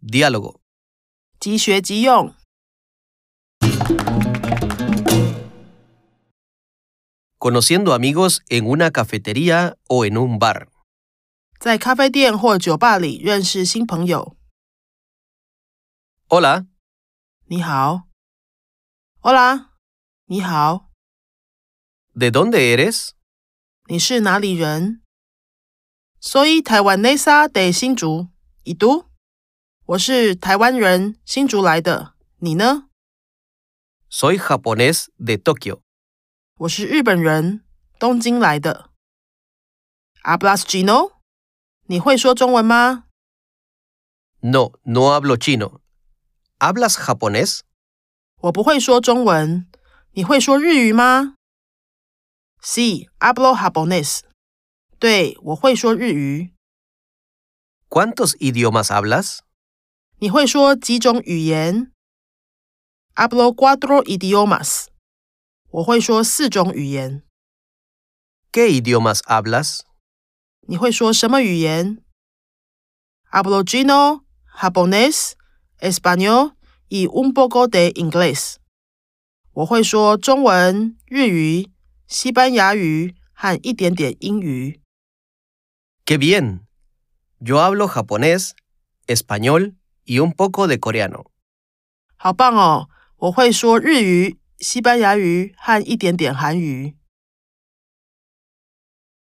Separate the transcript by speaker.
Speaker 1: diálogo.
Speaker 2: 即学即用。
Speaker 1: Conociendo amigos en una cafetería o en un bar.
Speaker 2: 在咖啡店或酒吧里认识新朋友。
Speaker 1: Hola,
Speaker 2: 你好，Hola，你好，
Speaker 1: ¿de dónde eres?
Speaker 2: 你是哪里人？所以台湾内沙得新竹，已读。我是台湾人，新竹来的。你呢？
Speaker 1: Soy japonés de Tokio.
Speaker 2: 我是日本人，东京来的。Hablas chino？你会说中文吗？
Speaker 1: No, no hablo chino. ¿Hablas japonés?
Speaker 2: 我不会说中文，你会说日语吗？Sí, hablo japonés。对，我会说日语。
Speaker 1: ¿Cuántos idiomas hablas?
Speaker 2: 你会说几种语言？Hablo cuatro idiomas。我会说四种语言。
Speaker 1: ¿Qué idiomas hablas?
Speaker 2: 你会说什么语言？Hablo chino, japonés, español y un poco de inglés。我会说中文、日语、西班牙语和一点点英语。
Speaker 1: ¡Qué bien! Yo hablo japonés, español y un poco de coreano.
Speaker 2: 好棒哦！我会说日语、西班牙语和一点点韩语。